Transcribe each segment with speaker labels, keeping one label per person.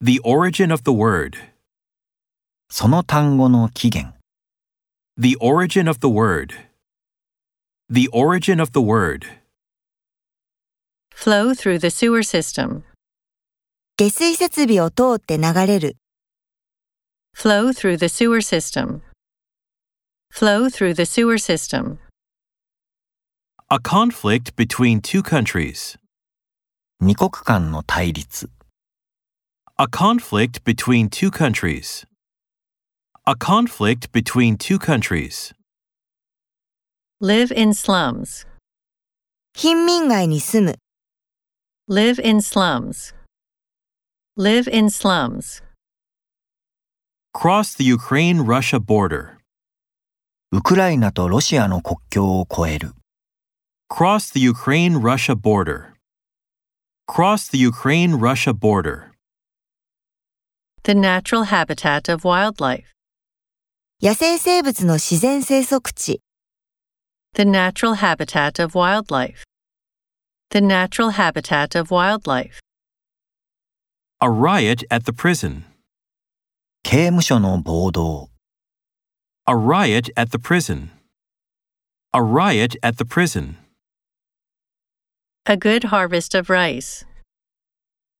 Speaker 1: The origin of the word.
Speaker 2: その単語の起源、
Speaker 1: The origin of the word. The origin of the word.
Speaker 3: Flow through the sewer system.
Speaker 4: 下水設備を通って流れる
Speaker 3: Flow through the sewer system. Flow through the sewer system.
Speaker 1: A conflict between two countries.
Speaker 2: 二国間の対立、
Speaker 1: A conflict between two countries. A conflict between two countries.
Speaker 3: Live in slums.
Speaker 4: 貧民街に住む
Speaker 3: Live in slums. Live in slums.
Speaker 1: Cross the Ukraine Russia border.
Speaker 2: ウクライナとロシアの国境を越える、
Speaker 1: Cross the Ukraine Russia border. Cross the Ukraine Russia border.
Speaker 3: The natural habitat of wildlife.
Speaker 4: 野生生物の自然生息地
Speaker 3: The natural habitat of wildlife. The natural habitat of wildlife.
Speaker 1: A riot at the prison.
Speaker 2: 刑務所の暴動、
Speaker 1: A riot at the prison. A riot at the prison.
Speaker 3: A good harvest of rice.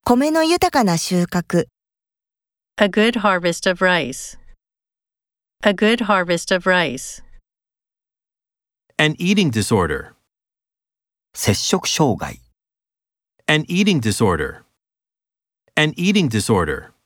Speaker 4: 米の豊かな収穫
Speaker 3: A good harvest of rice. A good harvest of rice.
Speaker 1: An eating disorder.
Speaker 2: 摂食障害。
Speaker 1: An eating disorder. An eating disorder.